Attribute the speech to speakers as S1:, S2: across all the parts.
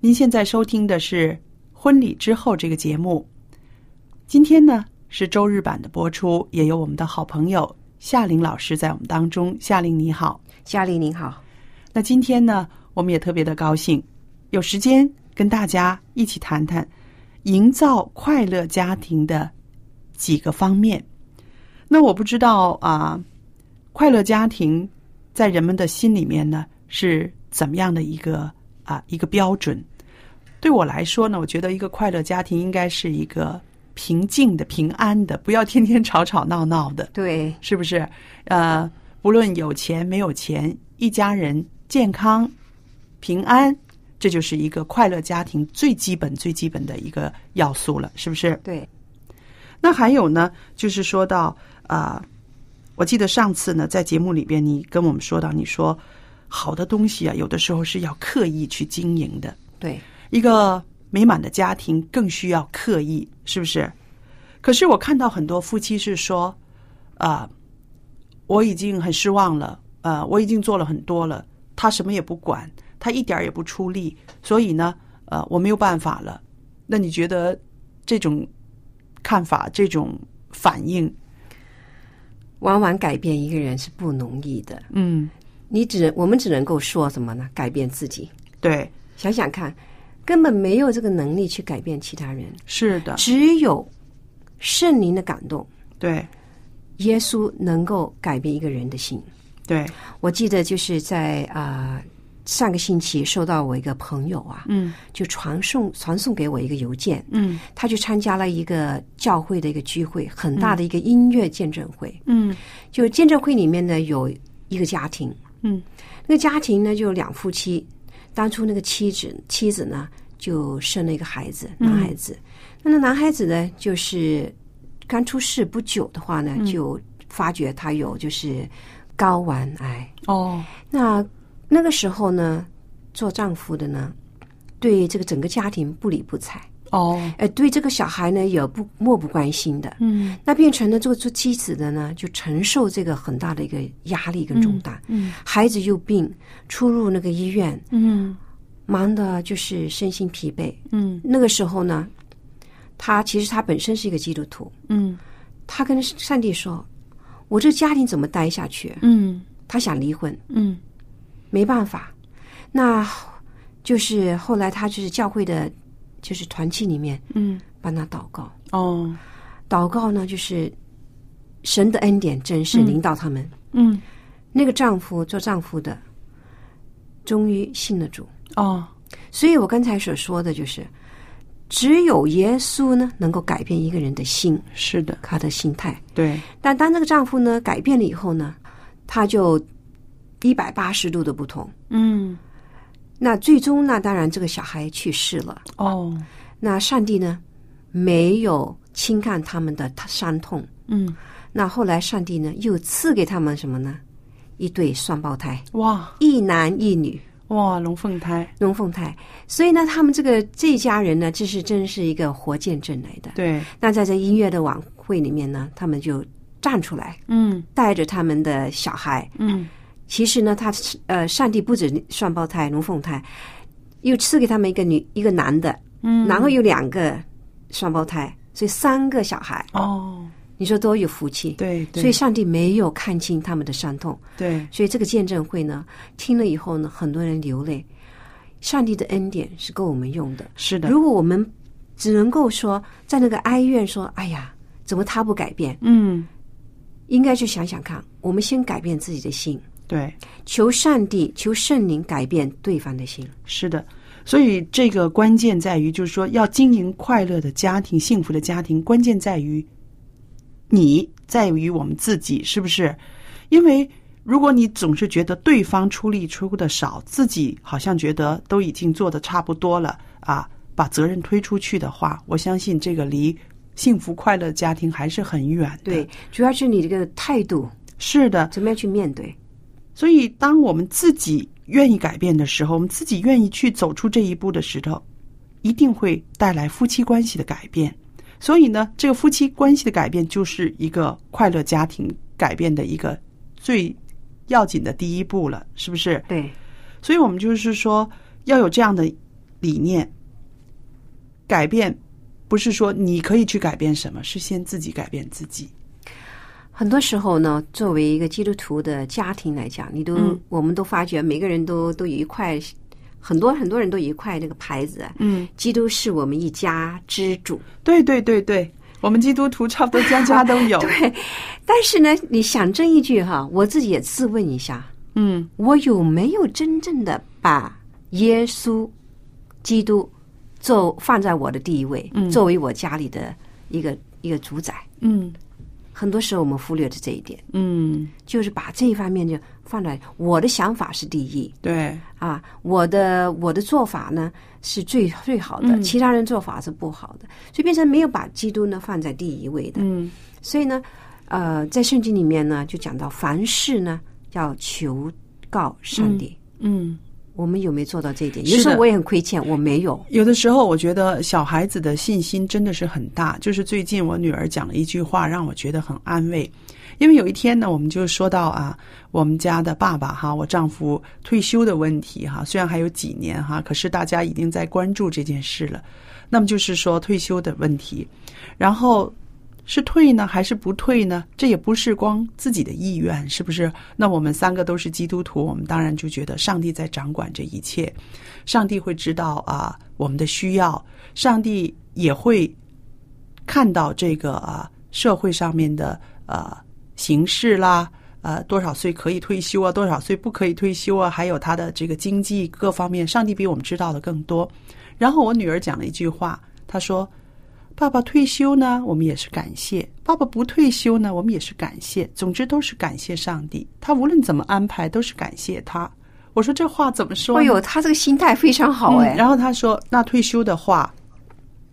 S1: 您现在收听的是《婚礼之后》这个节目。今天呢是周日版的播出，也有我们的好朋友夏琳老师在我们当中。夏琳你好，
S2: 夏琳您好，
S1: 那今天呢，我们也特别的高兴，有时间跟大家一起谈谈营造快乐家庭的几个方面。那我不知道啊，快乐家庭在人们的心里面呢是怎么样的一个啊一个标准？对我来说呢，我觉得一个快乐家庭应该是一个平静的、平安的，不要天天吵吵闹闹的。
S2: 对，
S1: 是不是？呃，不论有钱没有钱，一家人健康、平安，这就是一个快乐家庭最基本、最基本的一个要素了，是不是？
S2: 对，
S1: 那还有呢，就是说到啊、我记得上次呢，在节目里边你跟我们说到，你说好的东西啊，有的时候是要刻意去经营的，
S2: 对，
S1: 一个美满的家庭更需要刻意，是不是？可是我看到很多夫妻是说，啊、我已经很失望了，呃，我已经做了很多了，他什么也不管，他一点儿也不出力，所以呢，呃，我没有办法了。那你觉得这种看法，这种反应，
S2: 往往改变一个人是不容易的。
S1: 嗯，
S2: 你只能我们只能够说什么呢？改变自己。
S1: 对，
S2: 想想看，根本没有这个能力去改变其他人，
S1: 是的，
S2: 只有圣灵的感动，
S1: 对
S2: 耶稣能够改变一个人的心。
S1: 对，
S2: 我记得就是在啊、呃上个星期收到我一个朋友啊，
S1: 嗯
S2: 就传送传送给我一个邮件，
S1: 嗯
S2: 他去参加了一个教会的一个聚会，很大的一个音乐见证会。
S1: 嗯
S2: 就见证会里面呢有一个家庭，
S1: 嗯，
S2: 那个家庭呢就有两夫妻，当初那个妻子妻子呢就生了一个孩子，
S1: 嗯
S2: 男孩子，那那男孩子呢就是刚出世不久的话呢，
S1: 嗯
S2: 就发觉他有就是睾丸癌，
S1: 哦，
S2: 那那个时候呢，做丈夫的呢。对这个整个家庭不理不睬，
S1: 哦，
S2: 呃，对这个小孩呢也不漠不关心的，
S1: 嗯
S2: 那变成了这个做妻子的呢，就承受这个很大的一个压力跟重担。
S1: 嗯
S2: 孩子又病，出入那个医院，
S1: 嗯
S2: 忙的就是身心疲惫。
S1: 嗯
S2: 那个时候呢，他其实他本身是一个基督徒，
S1: 嗯
S2: 他跟上帝说：“我这家庭怎么待下去
S1: 嗯？”
S2: 他想离婚，
S1: 嗯
S2: 没办法。那就是后来他就是教会的，就是团契里面
S1: 嗯，
S2: 帮他祷告，
S1: 哦。
S2: 祷告呢就是神的恩典真是领导他们。
S1: 嗯
S2: 那个丈夫做丈夫的，终于信了主。
S1: 哦，
S2: 所以我刚才所说的就是，只有耶稣呢能够改变一个人的心，
S1: 是的，
S2: 他的心态。
S1: 对，
S2: 但当这个丈夫呢改变了以后呢，他就一百八十度的不同。
S1: 嗯，
S2: 那最终呢，当然这个小孩去世了。
S1: 哦，
S2: 那上帝呢没有轻看他们的伤痛。
S1: 嗯，
S2: 那后来上帝呢又赐给他们什么呢？一对双胞胎，
S1: 哇
S2: 一男一女。
S1: 哇，龙凤胎，
S2: 龙凤胎，所以呢，他们这个这一家人呢，这是真是一个活见证来的。
S1: 对，
S2: 那在这音乐的晚会里面呢，他们就站出来，
S1: 嗯
S2: 带着他们的小孩。
S1: 嗯，
S2: 其实呢，他是呃，上帝不止双胞胎、龙凤胎，又赐给他们一个女一个男的，嗯，然后有两个双胞胎，所以三个小孩，
S1: 哦，
S2: 你说多有福气。
S1: 对对，
S2: 所以上帝没有看清他们的伤痛，
S1: 对
S2: 所以这个见证会呢，听了以后呢，很多人流泪。上帝的恩典是够我们用的。
S1: 是的，
S2: 如果我们只能够说在那个哀怨说，哎呀，怎么他不改变？
S1: 嗯，
S2: 应该去想想看，我们先改变自己的心，
S1: 对，
S2: 求上帝、求圣灵改变对方的心。
S1: 是的。所以这个关键在于，就是说要经营快乐的家庭、幸福的家庭，关键在于你，在于我们自己，是不是？因为如果你总是觉得对方出力出的少，自己好像觉得都已经做的差不多了啊，把责任推出去的话，我相信这个离幸福快乐家庭还是很远的。
S2: 对，，主要是你这个态度，
S1: 是的。
S2: 怎么样去面对？
S1: 所以，当我们自己愿意改变的时候，我们自己愿意去走出这一步的时候，一定会带来夫妻关系的改变。所以呢，这个夫妻关系的改变就是一个快乐家庭改变的一个最要紧的第一步了，是不是？
S2: 对，
S1: 所以我们就是说要有这样的理念，改变不是说你可以去改变什么，是先自己改变自己。
S2: 很多时候呢，作为一个基督徒的家庭来讲，你都、
S1: 嗯
S2: 我们都发觉每个人都都有一块，很多很多人都有一块那个牌子，
S1: 嗯，
S2: 基督是我们一家之主。
S1: 对对对对，我们基督徒差不多家家都有。
S2: 对，但是呢，你想这一句哈，我自己也自问一下，
S1: 嗯。
S2: 我有没有真正的把耶稣基督做放在我的第一位，作为我家里的一个一个主宰？
S1: 嗯
S2: 很多时候我们忽略了这一点，
S1: 嗯，
S2: 就是把这一方面就放在我的想法是第一
S1: 对，
S2: 啊，我的我的做法呢是最最好的，其他人做法是不好的，所以变成没有把基督呢放在第一位的。
S1: 嗯
S2: 所以呢，呃，在圣经里面呢，就讲到凡事呢要求告上帝。
S1: 嗯。
S2: 我们有没有做到这一点？
S1: 是的
S2: 有时候我也很亏欠，我没有。
S1: 有的时候，我觉得小孩子的信心真的是很大。就是最近我女儿讲了一句话，让我觉得很安慰。因为有一天呢，我们就说到啊，我们家的爸爸哈，我丈夫退休的问题哈，虽然还有几年哈，可是大家已经在关注这件事了。那么就是说退休的问题，然后是退呢还是不退呢？这也不是光自己的意愿，是不是？那我们三个都是基督徒，我们当然就觉得上帝在掌管这一切，上帝会知道啊我们的需要，上帝也会看到这个啊社会上面的呃形式啦，呃多少岁可以退休啊，多少岁不可以退休啊，还有他的这个经济各方面，上帝比我们知道的更多。然后我女儿讲了一句话，她说：“爸爸退休呢，我们也是感谢；爸爸不退休呢，我们也是感谢。总之都是感谢上帝，他无论怎么安排，都是感谢他。”我说这话怎么说呢？
S2: 哎呦，他这个心态非常好
S1: 嗯
S2: 哎。
S1: 然后他说，那退休的话，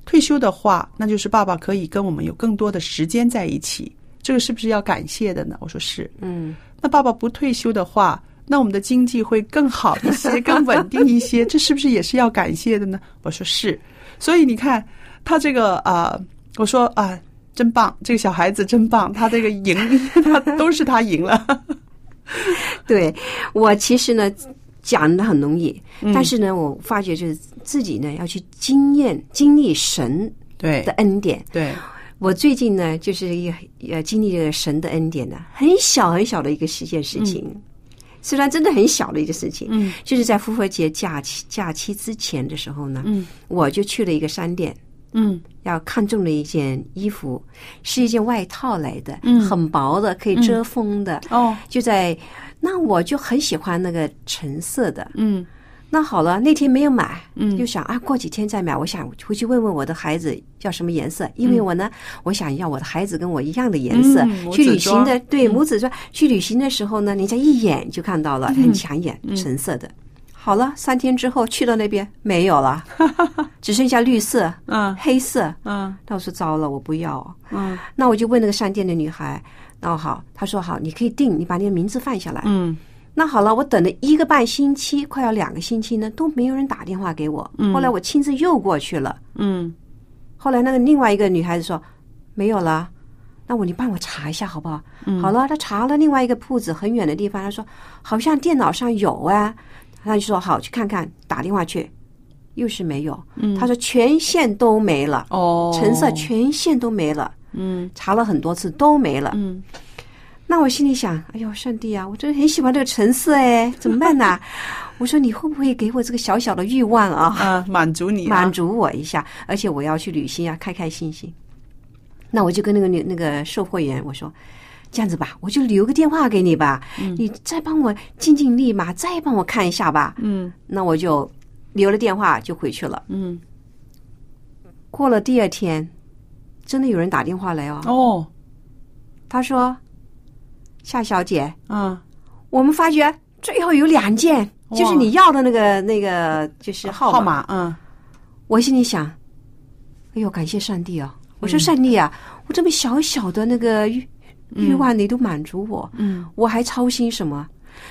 S1: 退休的话，那就是爸爸可以跟我们有更多的时间在一起，这个是不是要感谢的呢？我说是。
S2: 嗯，
S1: 那爸爸不退休的话，那我们的经济会更好一 些，更稳定一些，这是不是也是要感谢的呢？我说是。所以你看他这个啊、呃我说啊、真棒，这个小孩子真棒，他这个 赢，他都是他赢了。
S2: 对我其实呢讲的很容易，
S1: 嗯
S2: 但是呢，我发觉就是自己呢要去经验经历神
S1: 嗯对
S2: 的恩典。
S1: 对，
S2: 我最近呢就是也也经历了神的恩典呢，很小很小的一个一件事情。虽然真的很小的一个事情，
S1: 嗯，
S2: 就是在复活节假期假期之前的时候呢，
S1: 嗯，
S2: 我就去了一个商店，
S1: 嗯
S2: 要看中了一件衣服，是一件外套来的，
S1: 嗯
S2: 很薄的，可以遮风的，
S1: 哦
S2: 就在那我就很喜欢那个橙色的。
S1: 嗯
S2: 那好了，那天没有买，
S1: 嗯
S2: 就想啊，过几天再买。我想回去问问我的孩子要什么颜色，因为我呢，我想要我的孩子跟我一样的颜色。
S1: 嗯
S2: 去旅
S1: 母子
S2: 行的
S1: 装嗯
S2: 对母子装，去旅行的时候呢，人家一眼就看到了，很抢眼，
S1: 嗯
S2: 橙色的。好了，三天之后去到那边没 有了，只剩下绿色、
S1: 嗯
S2: 黑色。
S1: 嗯
S2: 那我说糟了，我不要。
S1: 嗯
S2: 那我就问那个商店的女孩，哦好，他说好，你可以定，你把你的名字放下来。
S1: 嗯
S2: 那好了，我等了一个半星期，快要两个星期呢，都没有人打电话给我。后来我亲自又过去了。
S1: 嗯
S2: 后来那个另外一个女孩子说没有了，那我你帮我查一下好不好？
S1: 嗯
S2: 好了，她查了另外一个铺子很远的地方，她说好像电脑上有啊，她就说好去看看，打电话去，又是没有。
S1: 嗯
S2: 她说全县都没了，
S1: 哦，
S2: 橙色全县都没了，
S1: 嗯
S2: 查了很多次都没了。
S1: 嗯
S2: 那我心里想，哎呦，上帝啊，我真的很喜欢这个橙色哎，怎么办呢、 我说你会不会给我这个小小的欲望啊？
S1: 啊，满足你、啊，
S2: 满足我一下，而且我要去旅行啊，开开心心。那我就跟那个女那个售货员我说，这样子吧，我就留个电话给你吧，
S1: 嗯
S2: 你再帮我尽尽力嘛，再帮我看一下吧。
S1: 嗯
S2: 那我就留了电话就回去了。
S1: 嗯
S2: 过了第二天，真的有人打电话来哦，
S1: 哦
S2: 他说：“夏小姐，
S1: 啊
S2: 我们发觉最后有两件，
S1: 哇
S2: 就是你要的那个那个就是号码。
S1: 号码嗯
S2: 我心里想，哎呦，感谢上帝啊！
S1: 嗯
S2: 我说上帝啊，我这么小小的那个欲欲望你都满足我，
S1: 嗯
S2: 我还操心什么？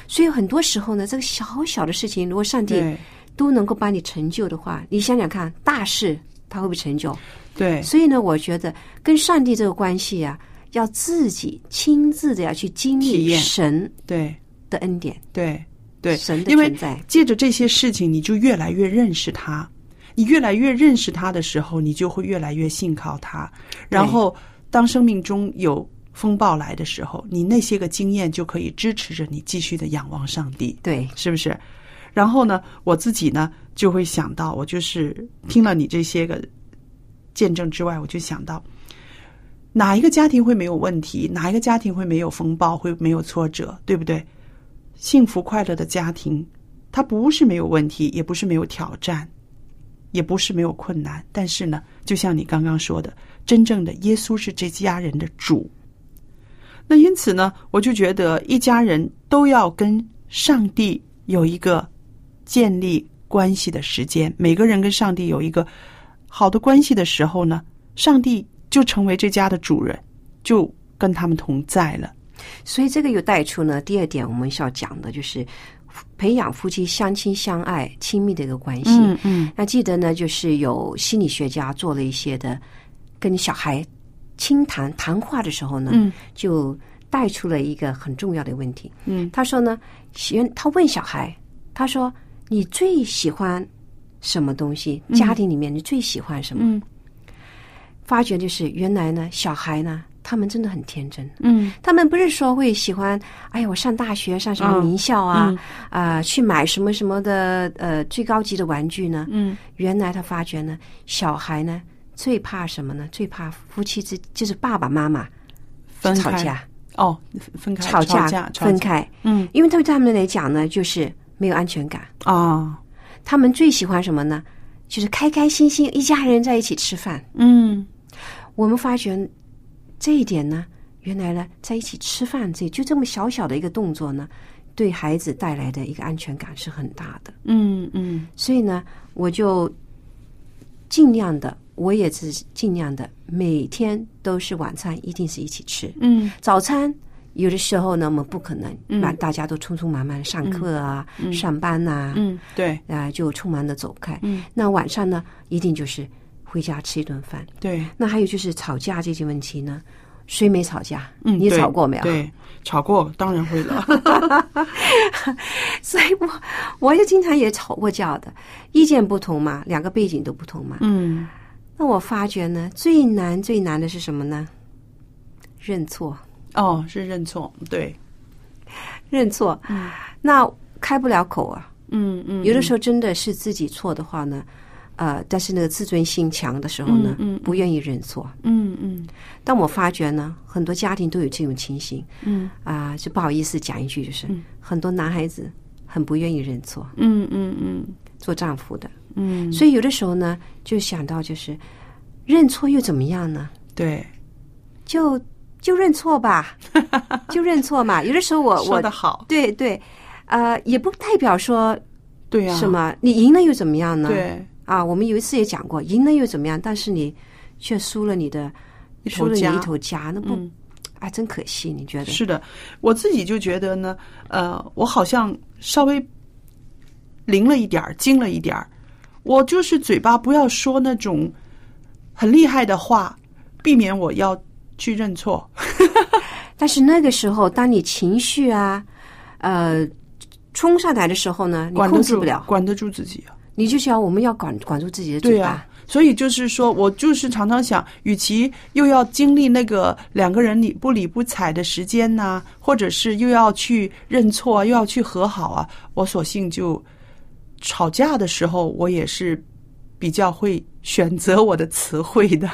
S2: 所以很多时候呢，这个小小的事情，如果上帝
S1: 对
S2: 都能够帮你成就的话，你想想看，大事他会不会成就？
S1: 对
S2: 所以呢，我觉得跟上帝这个关系啊，要自己亲自的要去经
S1: 体
S2: 历
S1: 验
S2: 神
S1: 对
S2: 的恩典，
S1: 对对，
S2: 神的
S1: 因为
S2: 存在。
S1: 借着这些事情，你就越来越认识他。你越来越认识他的时候，你就会越来越信靠他。然后，当生命中有风暴来的时候，你那些个经验就可以支持着你继续的仰望上帝，
S2: 对，
S1: 是不是？然后呢，我自己呢就会想到，我就是听了你这些个见证之外，我就想到，哪一个家庭会没有问题？哪一个家庭会没有风暴？会没有挫折？对不对？幸福快乐的家庭，它不是没有问题，也不是没有挑战，也不是没有困难。但是呢，就像你刚刚说的，真正的耶稣是这家人的主。那因此呢，我就觉得一家人都要跟上帝有一个建立关系的时间。每个人跟上帝有一个好的关系的时候呢，上帝就成为这家的主人，就跟他们同在了。
S2: 所以这个又带出呢，第二点我们需要讲的就是培养夫妻相亲相爱、亲密的一个关系。
S1: 嗯
S2: 那记得呢，就是有心理学家做了一些的跟小孩倾谈谈话的时候呢，
S1: 嗯
S2: 就带出了一个很重要的问题。
S1: 嗯，
S2: 他说呢，喜他问小孩，他说你最喜欢什么东西？家庭里面你最喜欢什么？
S1: 嗯
S2: 发觉就是原来呢，小孩呢，他们真的很天真。
S1: 嗯
S2: 他们不是说会喜欢，哎呀，我上大学上什么名校啊，
S1: 嗯
S2: 啊、去买什么什么的，呃，最高级的玩具呢？
S1: 嗯
S2: 原来他发觉呢，小孩呢最怕什么呢？最怕夫妻之就是爸爸妈妈
S1: 分
S2: 吵
S1: 开
S2: 架、
S1: 哦，分开
S2: 吵
S1: 架吵
S2: 分开，
S1: 嗯
S2: 因为对他们来讲呢，就是没有安全感。
S1: 啊
S2: 他们最喜欢什么呢？就是开开心心一家人在一起吃饭。
S1: 嗯
S2: 我们发觉这一点呢，原来呢，在一起吃饭这就这么小小的一个动作呢，对孩子带来的一个安全感是很大的。
S1: 嗯嗯
S2: 所以呢，我就尽量的，我也是尽量的，每天都是晚餐一定是一起吃，
S1: 嗯
S2: 早餐。有的时候呢，我们不可能
S1: 嗯
S2: 把大家都匆匆忙忙上课啊、上班呐、啊，
S1: 嗯，对
S2: 就匆忙的走开。
S1: 嗯
S2: 那晚上呢，一定就是回家吃一顿饭。
S1: 对，
S2: 那还有就是吵架这些问题呢，谁没吵架？
S1: 嗯，
S2: 你
S1: 对
S2: 吵过没有？
S1: 对，吵过，当然会了。
S2: 所以我我就经常也吵过架的，意见不同嘛，两个背景都不同嘛。
S1: 嗯，
S2: 那我发觉呢，最难最难的是什么呢？认错，
S1: 哦，是认错，对，
S2: 认错。那开不了口啊，
S1: 嗯嗯，
S2: 有的时候真的是自己错的话呢，呃，但是那个自尊心强的时候呢，
S1: 嗯嗯嗯
S2: 不愿意认错。
S1: 嗯嗯
S2: 但我发觉呢，很多家庭都有这种情形
S1: 嗯
S2: 啊、就不好意思讲一句，就是、很多男孩子很不愿意认错，
S1: 嗯嗯嗯
S2: 做丈夫的，
S1: 嗯，
S2: 所以有的时候呢，就想到就是认错又怎么样呢？
S1: 对，
S2: 就就认错 吧，就认错嘛。有的时候我
S1: 说
S2: 我
S1: 的好，
S2: 对对，呃，也不代表说
S1: 对呀、
S2: 什么你赢了又怎么样呢？
S1: 对，
S2: 啊，我们有一次也讲过，赢了又怎么样？但是你却输了你的，
S1: 一
S2: 输
S1: 头
S2: 了你
S1: 家
S2: 一头家，那不、
S1: 嗯
S2: 啊，真可惜，你觉得？
S1: 是的，我自己就觉得呢，呃，我好像稍微灵了一点儿，精了一点儿。我就是嘴巴不要说那种很厉害的话，避免我要去认错。
S2: 但是那个时候，当你情绪啊，呃，冲上来的时候呢，你
S1: 管
S2: 控
S1: 得
S2: 制
S1: 住
S2: 不了，
S1: 管得住自己啊。
S2: 你就想我们要管管住自己的
S1: 对啊
S2: 嘴巴。
S1: 呀、所以就是说我就是常常想，与其又要经历那个两个人理不理不睬的时间呐、或者是又要去认错啊，又要去和好啊，我索性就吵架的时候，我也是比较会选择我的词汇的。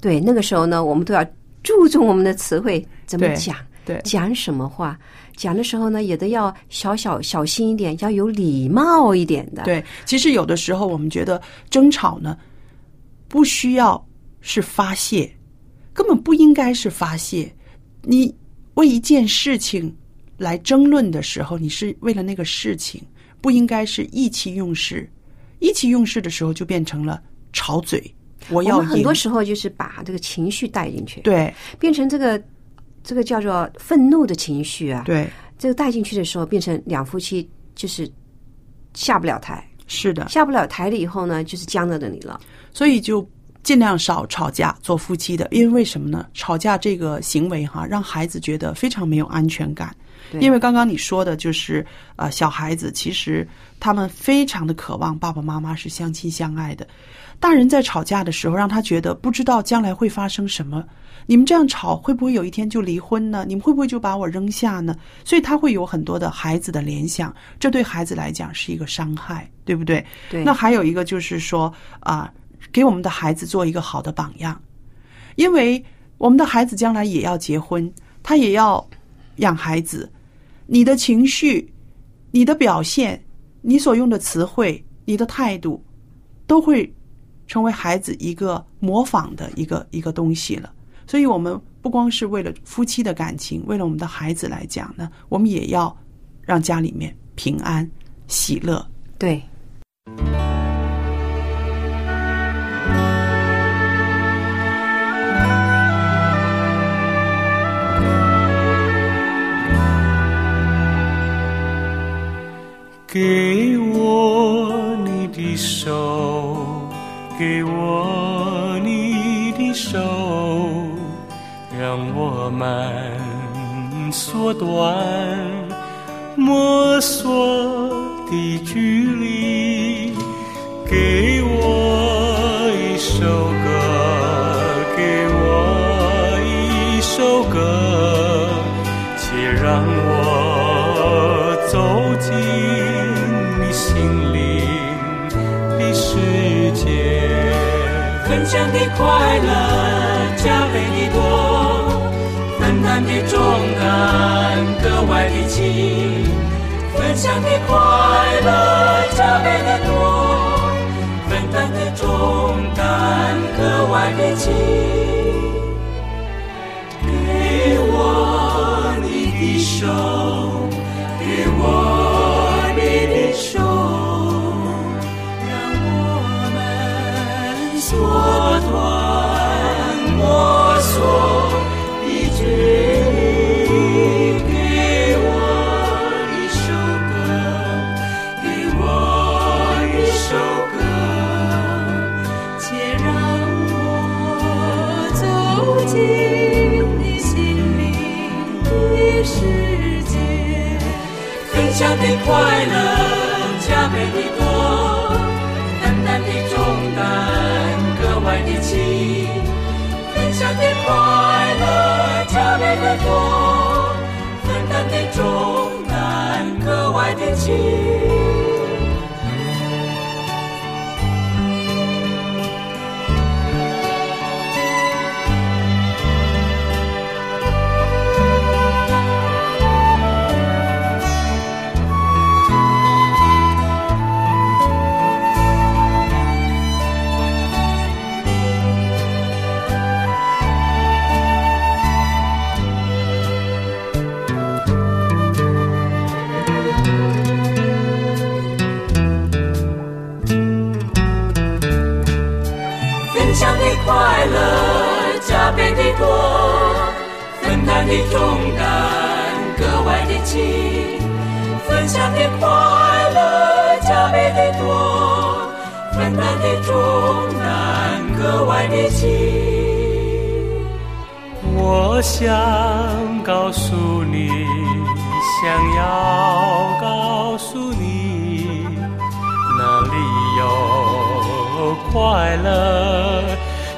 S2: 对，那个时候呢，我们都要注重我们的词汇怎么
S1: 对
S2: 讲，
S1: 对
S2: 讲什么话，讲的时候呢，也都要小小小心一点，要有礼貌一点的。，
S1: 对，其实有的时候我们觉得争吵呢，不需要是发泄，根本不应该是发泄。你为一件事情来争论的时候，你是为了那个事情，不应该是意气用事。意气用事的时候，就变成了吵嘴，我
S2: 我
S1: 要
S2: 们很
S1: 赢
S2: 多。时候就是把这个情绪带进去，
S1: 对
S2: 变成这个这个叫做愤怒的情绪啊。
S1: 对，
S2: 这个带进去的时候，变成两夫妻就是下不了台，
S1: 是的，
S2: 下不了台了以后呢，就是僵在那里了。
S1: 所以就尽量少吵架，做夫妻的，因为什么呢？吵架这个行为哈，让孩子觉得非常没有安全感。
S2: 对
S1: 因为刚刚你说的就是，呃，小孩子其实他们非常的渴望爸爸妈妈是相亲相爱的。大人在吵架的时候，让他觉得不知道将来会发生什么。你们这样吵，会不会有一天就离婚呢？你们会不会就把我扔下呢？所以他会有很多的孩子的联想，这对孩子来讲是一个伤害，对不对？
S2: 对，
S1: 那还有一个就是说啊、给我们的孩子做一个好的榜样，因为我们的孩子将来也要结婚，他也要养孩子，你的情绪、你的表现、你所用的词汇、你的态度，都会成为孩子一个模仿的一个一个东西了。所以，我们不光是为了夫妻的感情，为了我们的孩子来讲呢，我们也要让家里面平安、喜乐。
S2: 对。
S3: 给我你的手，给我你的手，让我们缩短摸索的距离。给我一首歌，给我一首歌，且让我走进你心灵的世界。分享的快乐加倍的多，分担的重担格外的轻，分享的快乐加倍的多，分担的重担格外的轻。给我你的手，给我你的手，让我们缩短摸索的距离。给我一首歌，给我一首歌。且让我走进你心灵的世界，分享的快乐加倍的多，担担的重担格外的轻，分享的快乐加倍的多，分担的重担格外的轻。分享的快乐加倍的多，分担
S4: 的痛担，格外的轻，分享的快乐加倍的多，分担的重担格外的轻。
S3: 我想告诉你，想要告诉你，哪里有快乐，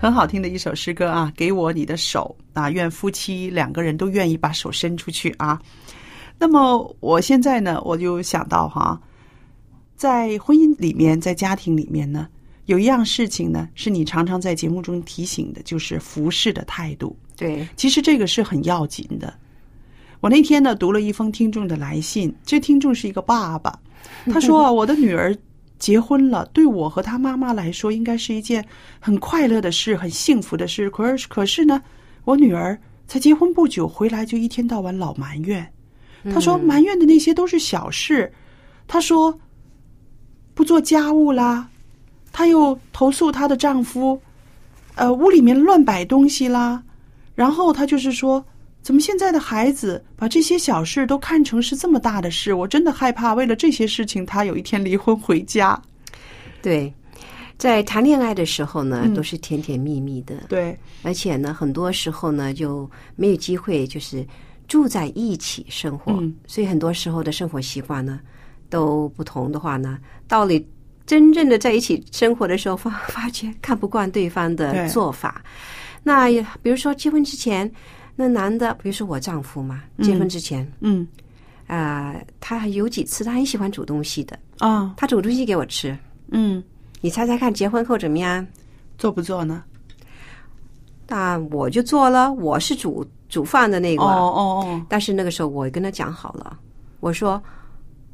S1: 很好听的一首诗歌啊！给我你的手啊，愿夫妻两个人都愿意把手伸出去啊。那么我现在呢，我就想到哈、在婚姻里面，在家庭里面呢，有一样事情呢，是你常常在节目中提醒的，就是服侍的态度。
S2: 对，
S1: 其实这个是很要紧的。我那天呢读了一封听众的来信，这听众是一个爸爸，他说啊，我的女儿结婚了，对我和她妈妈来说应该是一件很快乐的事，很幸福的事。可是可是呢，我女儿才结婚不久，回来就一天到晚老埋怨。他说埋怨的那些都是小事，他说不做家务啦，她又投诉她的丈夫，呃，屋里面乱摆东西啦，然后他就是说，怎么现在的孩子把这些小事都看成是这么大的事？我真的害怕为了这些事情，他有一天离婚回 家。
S2: 对，在谈恋爱的时候呢，
S1: 嗯
S2: 都是甜甜蜜蜜的，
S1: 对，
S2: 而且呢，很多时候呢就没有机会就是住在一起生活，
S1: 嗯
S2: 所以很多时候的生活习惯呢都不同的话呢，到了真正的在一起生活的时候，发 发觉看不惯对方
S1: 对
S2: 的做法。那也比如说结婚之前，那男的，比如说我丈夫嘛，结婚之前
S1: 嗯
S2: 啊、他还有几次他很喜欢煮东西的，
S1: 啊，
S2: 他煮东西给我吃。
S1: 嗯，
S2: 你猜猜看，结婚后怎么样？
S1: 做不做呢？
S2: 那我就做了，我是煮煮饭的那个。
S1: 哦哦哦，
S2: 但是那个时候我跟他讲好了，我说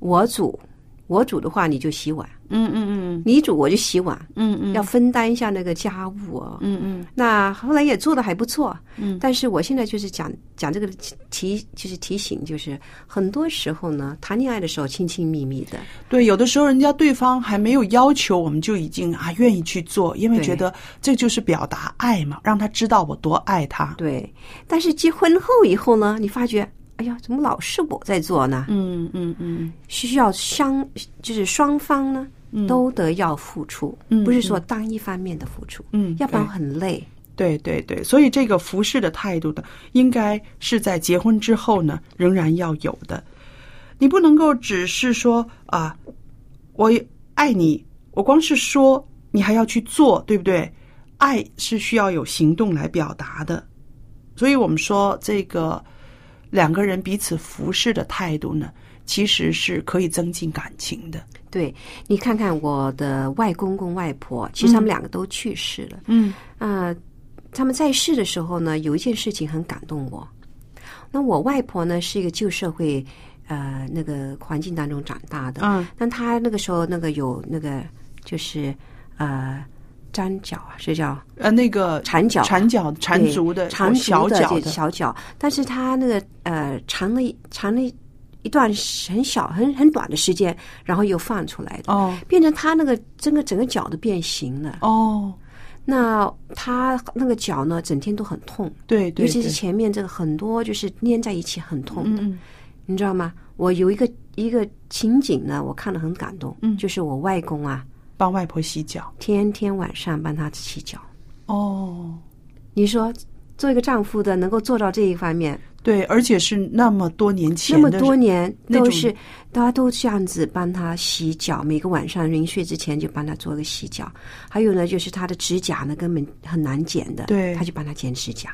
S2: 我煮，我煮的话你就洗碗，
S1: 嗯嗯
S2: 你煮我就洗碗，
S1: 嗯嗯
S2: 要分担一下那个家务哦。
S1: 嗯嗯
S2: 那后来也做的还不错，
S1: 嗯
S2: 但是我现在就是讲讲这个提，就是提醒，就是很多时候呢，谈恋爱的时候亲亲密密的，
S1: 嗯，对，有的时候人家对方还没有要求，我们就已经啊愿意去做，因为
S2: 对
S1: 觉得这就是表达爱嘛，让他知道我多爱他。
S2: 对。但是结婚后以后呢，你发觉，哎呀，怎么老是我在做呢？
S1: 嗯嗯嗯
S2: 需要相，就是双方呢都得要付出，
S1: 嗯
S2: 不是说单一方面的付出，
S1: 嗯，
S2: 要不然
S1: 对
S2: 很累。
S1: 对对对，所以这个服侍的态度呢，应该是在结婚之后呢，仍然要有的。你不能够只是说啊，我爱你，我光是说，你还要去做，对不对？爱是需要有行动来表达的。所以我们说，这个两个人彼此服侍的态度呢，其实是可以增进感情的。
S2: 对你看看我的外公公外婆，其实他们两个都去世了。
S1: 嗯
S2: 啊、他们在世的时候呢，有一件事情很感动我。那我外婆呢是一个旧社会呃那个环境当中长大的，
S1: 嗯
S2: 那她那个时候那个有那个就是呃粘脚啊，是叫
S1: 呃，那个
S2: 缠脚啊、
S1: 缠脚、缠
S2: 对
S1: 足的、
S2: 缠足
S1: 小
S2: 的
S1: 脚
S2: 这小脚，但是他那个呃缠了一缠了一一段很小很很短的时间，然后又放出来的，
S1: 哦
S2: 变成他那个整个整个脚都变形了。
S1: 哦，
S2: 那他那个脚呢，整天都很痛，
S1: 对对
S2: 尤其
S1: 对
S2: 是前面这个很多就是粘在一起很痛的，
S1: 嗯
S2: 你知道吗？我有一个一个情景呢，我看了很感动，
S1: 嗯
S2: 就是我外公啊，
S1: 帮外婆洗脚。
S2: 天天晚上帮他洗脚。
S1: 哦，
S2: 你说，做一个丈夫的能够做到这一方面，
S1: 对，而且是那么多年前
S2: 那么
S1: 的
S2: 多年
S1: 那
S2: 都
S1: 种
S2: 是大家都这样子帮他洗脚，每个晚上临睡之前就帮他做个洗脚。还有呢，就是他的指甲呢根本很难剪的，
S1: 对
S2: 他就帮他剪指甲，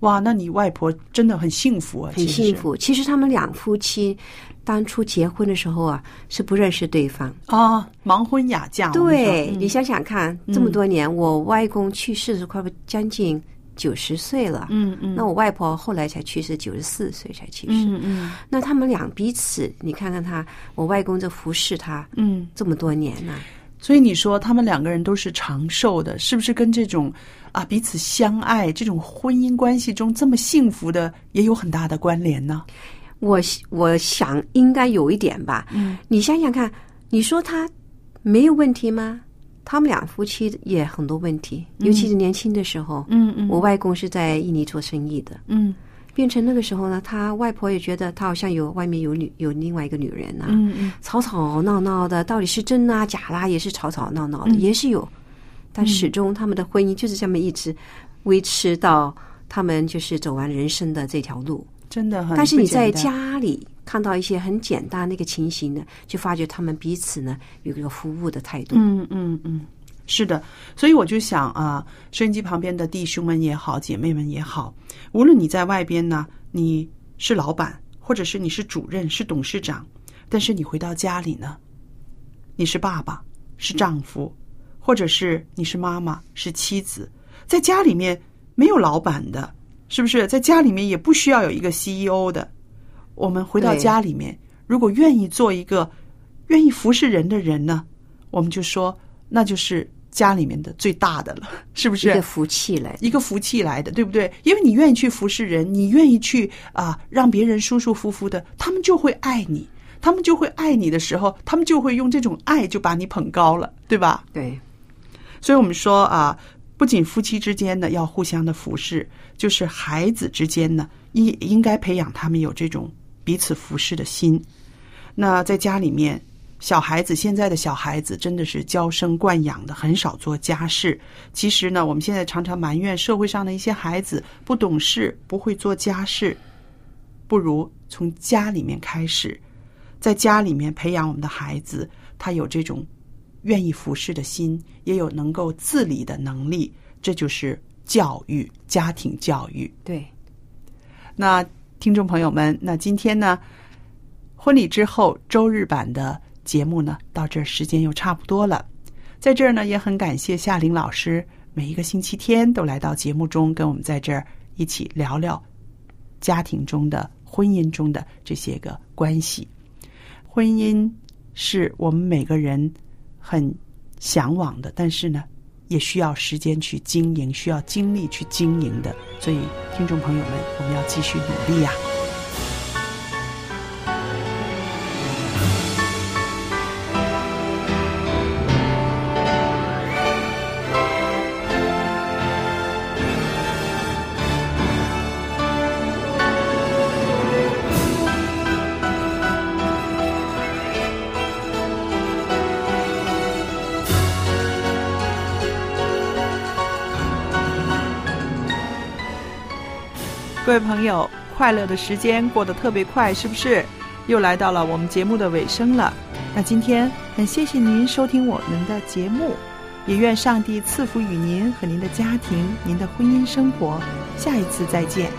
S1: 哇，那你外婆真的很幸福啊，
S2: 很
S1: 其实
S2: 幸福。其实他们两夫妻当初结婚的时候啊，是不认识对方。
S1: 啊，盲婚哑嫁。我们说嗯
S2: 对、你想想看，这么多年，我外公去世是快不将近九十岁了，
S1: 嗯嗯
S2: 那我外婆后来才去世，九十四岁才去世。
S1: 嗯嗯
S2: 那他们俩彼此，你看看他，我外公这服侍他
S1: 嗯，
S2: 这么多年呢、
S1: 所以你说他们两个人都是长寿的，是不是跟这种啊彼此相爱这种婚姻关系中这么幸福的也有很大的关联呢？
S2: 我我想应该有一点吧。
S1: 嗯，
S2: 你想想看，你说他没有问题吗？他们俩夫妻也很多问题，尤其是年轻的时候。
S1: 嗯嗯
S2: 我外公是在印尼做生意的，
S1: 嗯
S2: 变成那个时候呢，他外婆也觉得他好像有外面有女有另外一个女人啊呐、
S1: 嗯嗯
S2: 吵吵闹闹的，到底是真啊假啦、也是吵吵闹闹的，
S1: 嗯
S2: 也是有，但始终他们的婚姻就是这么一直维持到他们就是走完人生的这条路。
S1: 真的很。
S2: 但是你在，家里看到一些很简单的一个情形呢，就发觉他们彼此呢有一个服务的态度。
S1: 嗯嗯嗯，是的。所以我就想啊，收音机旁边的弟兄们也好，姐妹们也好，无论你在外边呢，你是老板，或者是你是主任，是董事长，但是你回到家里呢，你是爸爸，是丈夫，或者是你是妈妈，是妻子，在家里面没有老板的，是不是？在家里面也不需要有一个 CEO 的。我们回到
S2: 对
S1: 家里面，如果愿意做一个愿意服侍人的人呢，我们就说那就是家里面的最大的了， 是不
S2: 一
S1: 是？
S2: 个福气来，
S1: 一个福气来的，对不对？因为你愿意去服侍人，你愿意去啊、让别人舒舒服服的，他们就会爱你，他们就会爱你的时候，他们就会用这种爱就把你捧高了，对吧？
S2: 对，
S1: 所以我们说啊，不仅夫妻之间呢要互相的服侍，就是孩子之间呢，应应该培养他们有这种彼此服侍的心。那在家里面，小孩子现在的小孩子真的是娇生惯养的，很少做家事。其实呢，我们现在常常埋怨社会上的一些孩子不懂事，不会做家事，不如从家里面开始，在家里面培养我们的孩子，他有这种愿意服侍的心，也有能够自理的能力，这就是教育，家庭教育。
S2: 对，
S1: 那听众朋友们，那今天呢，婚礼之后周日版的节目呢，到这儿时间又差不多了。在这儿呢，也很感谢夏琳老师，每一个星期天都来到节目中，跟我们在这儿一起聊聊家庭中的、婚姻中的这些个关系。婚姻是我们每个人很向往的，但是呢，也需要时间去经营，需要精力去经营的。所以，听众朋友们，我们要继续努力呀、啊各位朋友，快乐的时间过得特别快，是不是？又来到了我们节目的尾声了。那今天很谢谢您收听我们的节目，也愿上帝赐福与您和您的家庭、您的婚姻生活。下一次再见。